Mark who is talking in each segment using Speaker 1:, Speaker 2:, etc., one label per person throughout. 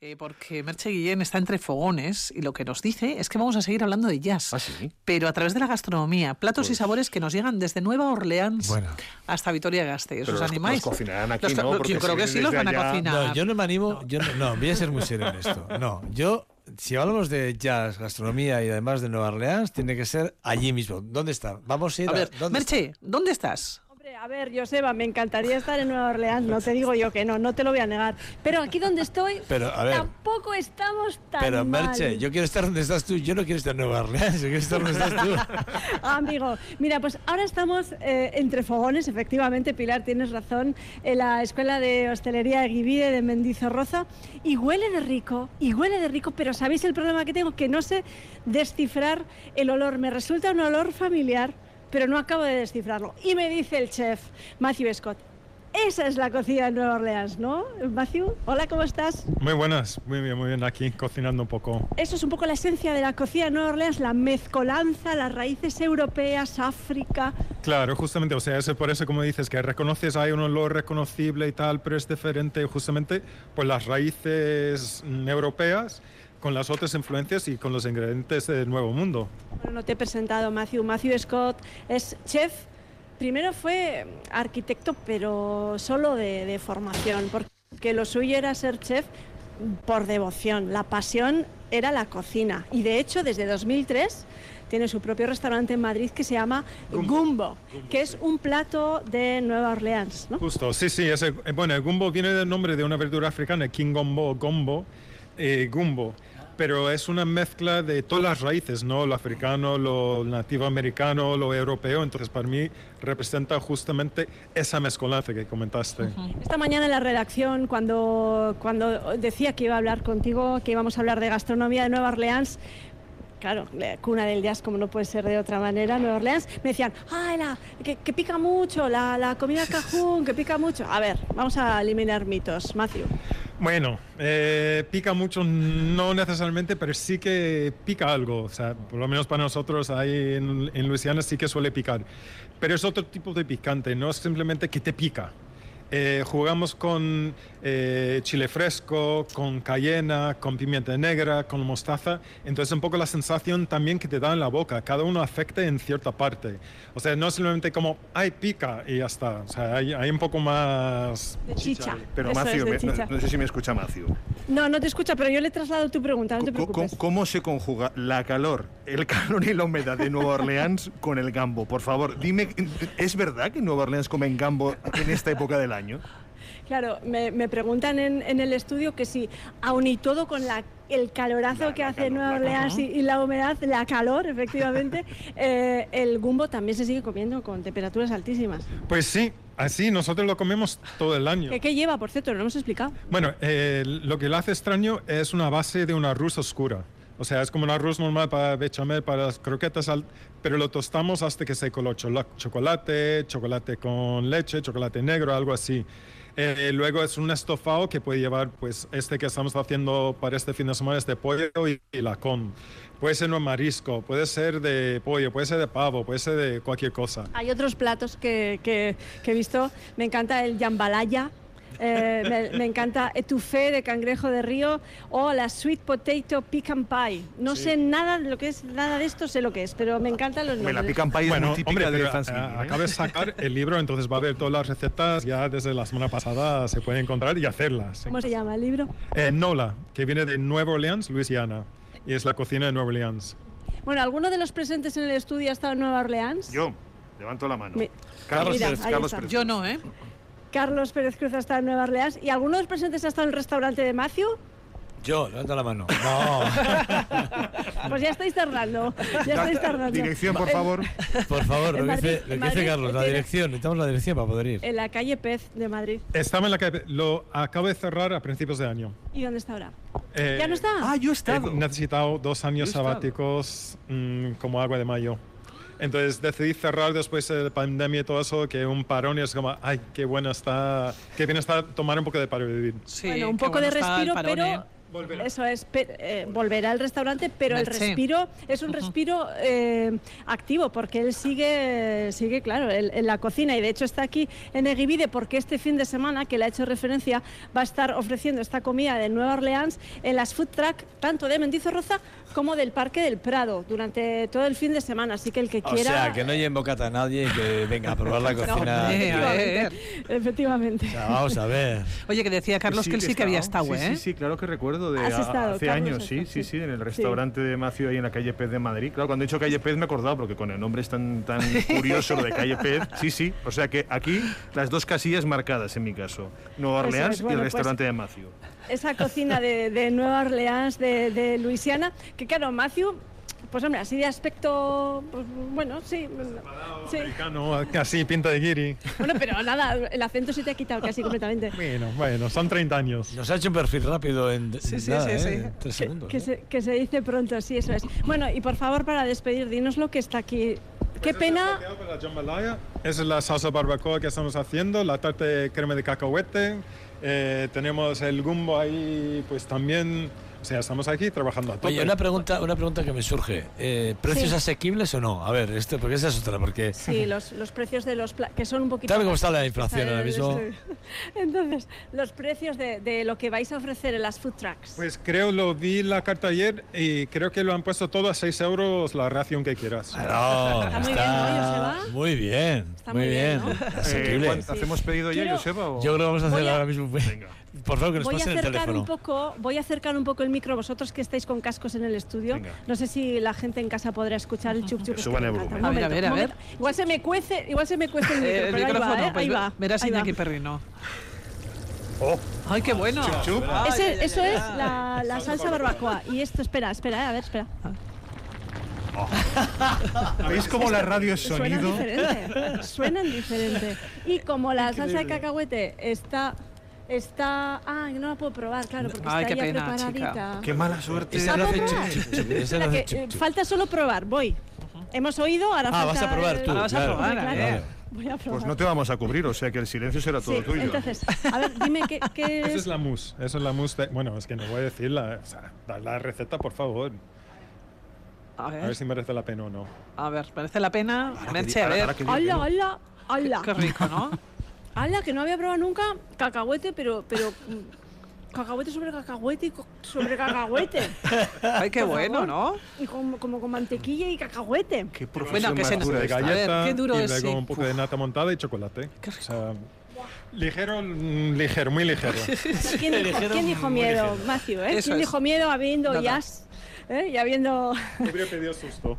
Speaker 1: Eh, porque Merche Guillén está entre fogones y lo que nos dice es que vamos a seguir hablando de jazz.
Speaker 2: Ah, sí.
Speaker 1: Pero a través de la gastronomía, platos y
Speaker 2: Pues-
Speaker 1: sabores que nos llegan desde Nueva Orleans
Speaker 3: Bueno.
Speaker 1: hasta Vitoria-Gasteiz.
Speaker 2: Pero
Speaker 1: ¿Os
Speaker 2: los-
Speaker 1: animáis?
Speaker 2: los cocinarán aquí,
Speaker 1: Los-
Speaker 2: ¿no?
Speaker 1: yo
Speaker 2: Porque
Speaker 1: creo
Speaker 2: si
Speaker 1: que sí
Speaker 2: vienen
Speaker 1: los
Speaker 2: de
Speaker 1: van a
Speaker 2: allá-
Speaker 1: cocinar.
Speaker 3: No, yo no me animo. yo no, no, voy a ser muy serio en esto. No, yo, si hablamos de jazz, gastronomía y además de Nueva Orleans, tiene que ser allí mismo. ¿Dónde está? Vamos a ir
Speaker 1: A
Speaker 3: a.
Speaker 1: ver,
Speaker 3: ¿dónde está?
Speaker 1: Merche, ¿dónde estás?
Speaker 4: Hombre, a ver, Joseba, me encantaría estar en Nueva Orleans, no te digo yo que no, no te lo voy a negar. Pero aquí donde estoy,
Speaker 3: Pero, a ver.
Speaker 4: tampoco estamos tan
Speaker 3: Pero
Speaker 4: mal.
Speaker 3: Merche, yo quiero estar donde estás tú. Yo no quiero estar en Nueva Orleans, yo quiero estar donde estás tú.
Speaker 4: Ah, Amigo, mira, pues ahora estamos eh, entre fogones, efectivamente, Pilar, tienes razón, en la Escuela de Hostelería de Guivide de Mendizorroza, y huele de rico, y huele de rico, pero ¿sabéis el problema que tengo? Que no sé descifrar el olor, me resulta un olor familiar, pero no acabo de descifrarlo. Y me dice el chef, Matthew Scott, esa es la cocina de Nueva Orleans, ¿no? Matthew, hola, ¿cómo estás?
Speaker 5: Muy buenas, muy bien, muy bien, aquí cocinando un poco.
Speaker 4: Eso es un poco la esencia de la cocina de Nueva Orleans, la mezcolanza, las raíces europeas, África,
Speaker 5: Claro, justamente, o sea, es por eso como dices que reconoces, hay un olor reconocible y tal, pero es diferente justamente por las raíces mm, europeas con las otras influencias y con los ingredientes del Nuevo Mundo.
Speaker 4: Bueno, no te he presentado, Matthew. Matthew Scott es chef. Primero fue arquitecto, pero solo de, de formación, porque lo suyo era ser chef por devoción. La pasión era la cocina. Y de hecho, desde 2003 tiene su propio restaurante en Madrid que se llama Gumbo, que es un plato de Nueva Orleans. ¿no?
Speaker 5: Justo, sí, sí, ese, eh, bueno, el gumbo viene del nombre de una verdura africana, kingombo, gombo, eh, gumbo, pero es una mezcla de todas las raíces, ¿no? Lo africano, lo nativo americano, lo europeo, entonces para mí representa justamente esa mezcolanza que comentaste.
Speaker 4: Esta mañana en la redacción, cuando, cuando decía que iba a hablar contigo, que íbamos a hablar de gastronomía de Nueva Orleans, claro, la cuna del jazz, como no puede ser de otra manera, Nueva Orleans, me decían, ah, la, que, que pica mucho, la, la comida cajún, que pica mucho. A ver, vamos a eliminar mitos, Matthew.
Speaker 5: Bueno, eh, pica mucho, no necesariamente, pero sí que pica algo. O sea, por lo menos para nosotros ahí en, en Luisiana sí que suele picar. Pero es otro tipo de picante, no es simplemente que te pica. Eh, jugamos con eh, chile fresco, con cayena, con pimienta negra, con mostaza. Entonces, un poco la sensación también que te da en la boca. Cada uno afecta en cierta parte. O sea, no simplemente como, ay, pica y ya está. O sea, hay, hay un poco más.
Speaker 4: De chicha.
Speaker 2: Pero
Speaker 4: Eso
Speaker 2: Matthew,
Speaker 4: es de
Speaker 2: me-
Speaker 4: chicha.
Speaker 2: no, no sé si me escucha Matthew.
Speaker 4: No, no te escucha, pero yo le traslado tu pregunta, no te
Speaker 2: Co- co-
Speaker 4: preocupes.
Speaker 2: ¿Cómo se conjuga la calor, el calor y la humedad de Nueva Orleans con el gambo? Por favor, dime, ¿es verdad que en Nueva Orleans comen gambo en esta época del año?
Speaker 4: Claro, me, me preguntan en, en el estudio que si, aun y todo con la, el calorazo
Speaker 2: La-
Speaker 4: que
Speaker 2: la
Speaker 4: hace
Speaker 2: calor,
Speaker 4: Nueva
Speaker 2: la
Speaker 4: Orleans y, y la humedad, la calor, efectivamente, eh, el gumbo también se sigue comiendo con temperaturas altísimas.
Speaker 5: Pues sí, así nosotros lo comemos todo el año.
Speaker 4: ¿Qué, qué lleva, por cierto? No lo hemos explicado.
Speaker 5: Bueno, eh, lo que le hace extraño es una base de un arroz oscura. O sea, es como un arroz normal para bechamel, para las croquetas, al- pero lo tostamos hasta que se coló chola- chocolate, chocolate con leche, chocolate negro, algo así. Eh, luego es un estofado que puede llevar, pues, este que estamos haciendo para este fin de semana, este pollo y, y lacón. Puede ser un marisco, puede ser de pollo, puede ser de pavo, puede ser de cualquier cosa.
Speaker 4: Hay otros platos que, que- que he visto. Me encanta el jambalaya. eh, me, me encanta etouffee de cangrejo de río o la sweet potato pecan pie. No sé nada de lo que es, nada de esto sé lo que es, pero me encantan los
Speaker 2: Me
Speaker 4: nombres.
Speaker 2: la pican país
Speaker 5: Bueno,
Speaker 2: muy típica
Speaker 5: hombre,
Speaker 2: de
Speaker 5: pero,
Speaker 2: Thanksgiving,
Speaker 5: a-
Speaker 1: ah,
Speaker 2: ¿eh?
Speaker 5: acaba de sacar el libro, entonces va a haber todas las recetas ya desde la semana pasada se pueden encontrar y hacerlas.
Speaker 4: ¿Cómo se llama el libro?
Speaker 5: Eh, Nola, que viene de Nueva Orleans, Luisiana, y es la cocina de Nueva Orleans.
Speaker 4: Bueno, ¿alguno de los presentes en el estudio ha estado en Nueva Orleans?
Speaker 2: Yo, levanto la mano.
Speaker 4: Mi-
Speaker 2: Carlos
Speaker 4: Mira,
Speaker 2: Pérez,
Speaker 4: ahí
Speaker 2: Carlos
Speaker 4: está.
Speaker 2: Pérez.
Speaker 1: Yo no, ¿eh?
Speaker 4: Carlos Pérez Cruz ha estado en Nueva Orleans. ¿Y alguno de los presentes ha estado en el restaurante de Matthew?
Speaker 3: Yo, levanta la mano. No,
Speaker 4: Pues ya estáis tardando. Ya estáis tardando. Eh,
Speaker 2: Dirección, por favor.
Speaker 3: por favor,
Speaker 4: En
Speaker 3: lo que dice,
Speaker 4: Madrid-
Speaker 3: lo
Speaker 4: en
Speaker 3: que dice
Speaker 4: Madrid Eh,
Speaker 3: Carlos, la
Speaker 4: tiene-
Speaker 3: dirección. Necesitamos la dirección para poder ir.
Speaker 4: En la calle Pez de Madrid.
Speaker 5: Estaba en la que lo acabo de cerrar a principios de año.
Speaker 4: ¿Y dónde está ahora?
Speaker 5: Eh,
Speaker 4: ¿Ya no está?
Speaker 2: Ah, yo he
Speaker 5: He
Speaker 2: estado.
Speaker 5: necesitado dos años
Speaker 2: Yo he estado.
Speaker 5: sabáticos mm, como agua de mayo. Entonces decidí cerrar después de la pandemia y todo eso, que un parón y es como, ay, qué bueno está, qué bien está tomar un poco de para vivir.
Speaker 1: Sí,
Speaker 4: bueno, un
Speaker 1: qué
Speaker 4: poco
Speaker 1: bueno
Speaker 4: de
Speaker 1: está el
Speaker 4: respiro,
Speaker 1: parón,
Speaker 4: pero
Speaker 1: ¿eh?
Speaker 5: Volverá.
Speaker 4: Eso es, pe- eh, volverá al restaurante, pero el
Speaker 1: Merche.
Speaker 4: respiro es un respiro eh, activo, porque él sigue, sigue claro, en, en la cocina y de hecho está aquí en Egivide porque este fin de semana, que le ha hecho referencia, va a estar ofreciendo esta comida de Nueva Orleans en las food truck, tanto de Mendizorroza como del Parque del Prado, durante todo el fin de semana. Así que el que
Speaker 3: O
Speaker 4: quiera...
Speaker 3: sea, que no lleven bocata a nadie y que venga a probar la
Speaker 4: No,
Speaker 3: cocina.
Speaker 1: hombre, Eh, a ver.
Speaker 4: eh. Efectivamente.
Speaker 3: O sea, vamos a ver.
Speaker 1: Oye, que decía Carlos que él sí que había estado,
Speaker 2: sí,
Speaker 1: ¿eh?
Speaker 2: Sí, sí, claro que recuerdo de
Speaker 4: Has
Speaker 2: a-
Speaker 4: estado,
Speaker 2: hace
Speaker 4: Carlos,
Speaker 2: años,
Speaker 4: has
Speaker 2: sí,
Speaker 4: estado,
Speaker 2: sí,
Speaker 4: sí.
Speaker 2: sí, en el
Speaker 4: Sí.
Speaker 2: restaurante de Macio ahí en la calle Pez de Madrid. Claro, cuando he dicho calle Pez me acordaba porque con el nombre es tan, tan curioso lo de calle Pez. Sí, sí, o sea que aquí las dos casillas marcadas en mi caso, Nueva
Speaker 4: Eso es,
Speaker 2: Orleans y
Speaker 4: bueno,
Speaker 2: el
Speaker 4: pues-
Speaker 2: restaurante de Macio.
Speaker 4: esa cocina de, de Nueva Orleans, de, de Luisiana, que claro, Matthew, pues hombre, así de aspecto, pues, bueno, sí, sí.
Speaker 5: Americano, casi pinta de guiri.
Speaker 4: Bueno, pero nada, el acento se te ha quitado casi completamente.
Speaker 5: Bueno, bueno, son 30 años.
Speaker 3: Nos ha hecho un perfil rápido en,
Speaker 1: Sí, sí,
Speaker 3: nada,
Speaker 1: sí,
Speaker 3: ¿eh?
Speaker 1: sí.
Speaker 3: En tres
Speaker 4: Que,
Speaker 3: segundos.
Speaker 4: que
Speaker 3: ¿eh?
Speaker 4: se, que se dice pronto, sí, eso es. Bueno, y por favor, para despedir, dinos lo que está aquí. Qué pena,
Speaker 5: La jambalaya es la salsa barbacoa que estamos haciendo, la tarta de crema de cacahuete. eh, tenemos el gumbo ahí, pues también. O sea, estamos aquí trabajando a tope.
Speaker 3: Oye, una pregunta, una pregunta que me surge. Eh, ¿Precios
Speaker 4: Sí.
Speaker 3: asequibles o no? A ver, esto, porque esa es otra, porque
Speaker 4: Sí, los, los precios de los pla- que son un poquito...
Speaker 3: Tal como
Speaker 4: más
Speaker 3: está la
Speaker 4: altos,
Speaker 3: inflación
Speaker 4: está
Speaker 3: ahora
Speaker 4: el-
Speaker 3: mismo.
Speaker 4: Entonces, los precios de, de lo que vais a ofrecer en las food trucks.
Speaker 5: Pues creo, lo vi la carta ayer y creo que lo han puesto todo a 6 euros la ración que quieras.
Speaker 4: Ah.
Speaker 3: Ah, No,
Speaker 4: Está muy bien, ¿no,
Speaker 3: está
Speaker 4: Joseba?
Speaker 3: muy bien,
Speaker 4: Está
Speaker 3: muy
Speaker 4: muy bien,
Speaker 3: bien,
Speaker 2: Eh,
Speaker 3: asequible.
Speaker 2: ¿cuánto- ¿Hacemos pedido ya,
Speaker 4: Quiero-
Speaker 2: Joseba? o-
Speaker 3: Yo creo que vamos a hacer
Speaker 4: Voy a-
Speaker 3: ahora mismo. Por favor, que nos
Speaker 4: Voy a,
Speaker 3: pasen el
Speaker 4: acercar
Speaker 3: teléfono.
Speaker 4: un poco, voy a acercar un poco el micro, vosotros que estáis con cascos en el estudio.
Speaker 2: Venga.
Speaker 4: No sé si la gente en casa podrá escuchar el chup chup.
Speaker 2: Que suban
Speaker 4: es
Speaker 2: el
Speaker 4: que me encanta.
Speaker 2: volumen.
Speaker 4: Un
Speaker 1: A ver, a
Speaker 4: momento,
Speaker 1: ver, a
Speaker 4: un momento. Igual se me cuece, igual se me cuece el micro,
Speaker 1: Eh, el
Speaker 4: pero ahí
Speaker 1: micrófono,
Speaker 4: va, ¿eh?
Speaker 1: pues
Speaker 4: ahí
Speaker 1: ve-
Speaker 4: va.
Speaker 1: verás
Speaker 4: ahí va.
Speaker 1: Iñaki Perrino.
Speaker 2: Oh,
Speaker 1: ¡Ay, qué bueno!
Speaker 2: Chup, chup.
Speaker 1: Ay,
Speaker 4: Ese-
Speaker 1: ay, ay,
Speaker 4: eso
Speaker 1: ay,
Speaker 4: es
Speaker 1: ay.
Speaker 4: la, la salsa barbacoa. Y esto, espera, espera, eh, a ver, espera.
Speaker 2: ¿Veis cómo la radio es
Speaker 4: Suenan
Speaker 2: sonido?
Speaker 4: diferente. Suenan diferente. Y como la salsa de cacahuete está. Está. Ay, no la puedo probar, claro, porque
Speaker 1: Ay,
Speaker 4: está
Speaker 1: qué
Speaker 4: ya
Speaker 1: pena, chica.
Speaker 4: preparadita.
Speaker 2: ¡Qué mala suerte! Pues
Speaker 3: Esa no hace chup,
Speaker 4: probar.
Speaker 3: chup, chup, esa no
Speaker 4: Espera,
Speaker 3: hace
Speaker 4: que, eh,
Speaker 3: chup, chup.
Speaker 4: falta solo probar, voy. Hemos oído, ahora
Speaker 3: Ah,
Speaker 4: falta...
Speaker 3: vas a probar
Speaker 4: el-
Speaker 3: tú.
Speaker 1: Ahora vas a
Speaker 3: claro.
Speaker 1: probar, a
Speaker 4: Claro.
Speaker 1: ver.
Speaker 4: Voy a probar.
Speaker 2: Pues no te vamos a cubrir, o sea que el silencio será todo
Speaker 4: Sí,
Speaker 2: tuyo.
Speaker 4: Entonces, a ver, dime qué, qué
Speaker 5: Esa
Speaker 4: es...
Speaker 5: es la mousse, eso es la mousse de- Bueno, es que no voy a decir la, o sea, dar la receta, por favor.
Speaker 1: A
Speaker 5: A ver
Speaker 1: ver,
Speaker 5: si merece la pena o no.
Speaker 1: a ver, merece la pena. Merche, a
Speaker 2: ahora-
Speaker 1: ver.
Speaker 2: ahora que digo que
Speaker 4: Hola,
Speaker 2: no.
Speaker 4: hola, hola.
Speaker 1: Qué rico, ¿no?
Speaker 4: Hola, que no había probado nunca cacahuete, pero... pero mm, cacahuete sobre cacahuete y co- sobre cacahuete.
Speaker 1: Ay, qué
Speaker 4: Por
Speaker 1: bueno,
Speaker 4: favor.
Speaker 1: ¿no?
Speaker 4: Y como, como con mantequilla y cacahuete.
Speaker 2: Qué
Speaker 1: Bueno,
Speaker 2: profesión
Speaker 1: que se
Speaker 2: más
Speaker 1: nos-
Speaker 2: dura
Speaker 1: a
Speaker 5: de
Speaker 2: esta.
Speaker 1: ver,
Speaker 5: galleta
Speaker 1: qué duro
Speaker 5: y
Speaker 1: es,
Speaker 5: luego
Speaker 1: sí.
Speaker 5: un poco de nata montada y chocolate. O sea, ligero, mm, ligero, muy ligero.
Speaker 4: ¿Quién dijo,
Speaker 3: Ligero,
Speaker 4: quién dijo
Speaker 3: muy
Speaker 4: miedo,
Speaker 3: ligero.
Speaker 4: Macio? ¿eh?
Speaker 1: Eso
Speaker 4: ¿Quién
Speaker 1: es.
Speaker 4: dijo miedo habiendo
Speaker 1: Nada.
Speaker 4: jazz? ¿eh? Y habiendo...
Speaker 5: Hubiera pedido susto.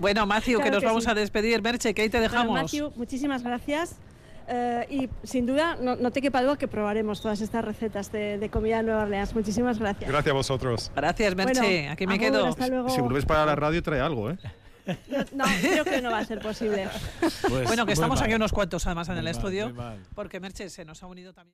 Speaker 1: Bueno, Macio, que
Speaker 4: Claro
Speaker 1: nos
Speaker 4: que
Speaker 1: vamos
Speaker 4: sí.
Speaker 1: a despedir. Merche, que ahí te
Speaker 4: Bueno,
Speaker 1: dejamos.
Speaker 4: Matthew, muchísimas gracias. Eh, y sin duda, no, no te quepa duda que probaremos todas estas recetas de, de comida de Nueva Orleans. Muchísimas gracias.
Speaker 5: Gracias a vosotros.
Speaker 1: Gracias, Merche.
Speaker 4: Bueno,
Speaker 1: Aquí me
Speaker 4: agur,
Speaker 1: quedo.
Speaker 4: hasta luego.
Speaker 2: Si vuelves para la radio trae algo, ¿eh?
Speaker 4: No, creo que no va a ser posible.
Speaker 3: Pues,
Speaker 1: Bueno, que
Speaker 3: muy
Speaker 1: estamos
Speaker 3: mal.
Speaker 1: aquí unos cuantos además en
Speaker 3: Muy
Speaker 1: el
Speaker 3: mal,
Speaker 1: estudio,
Speaker 3: muy mal.
Speaker 1: porque Merche se nos ha unido también.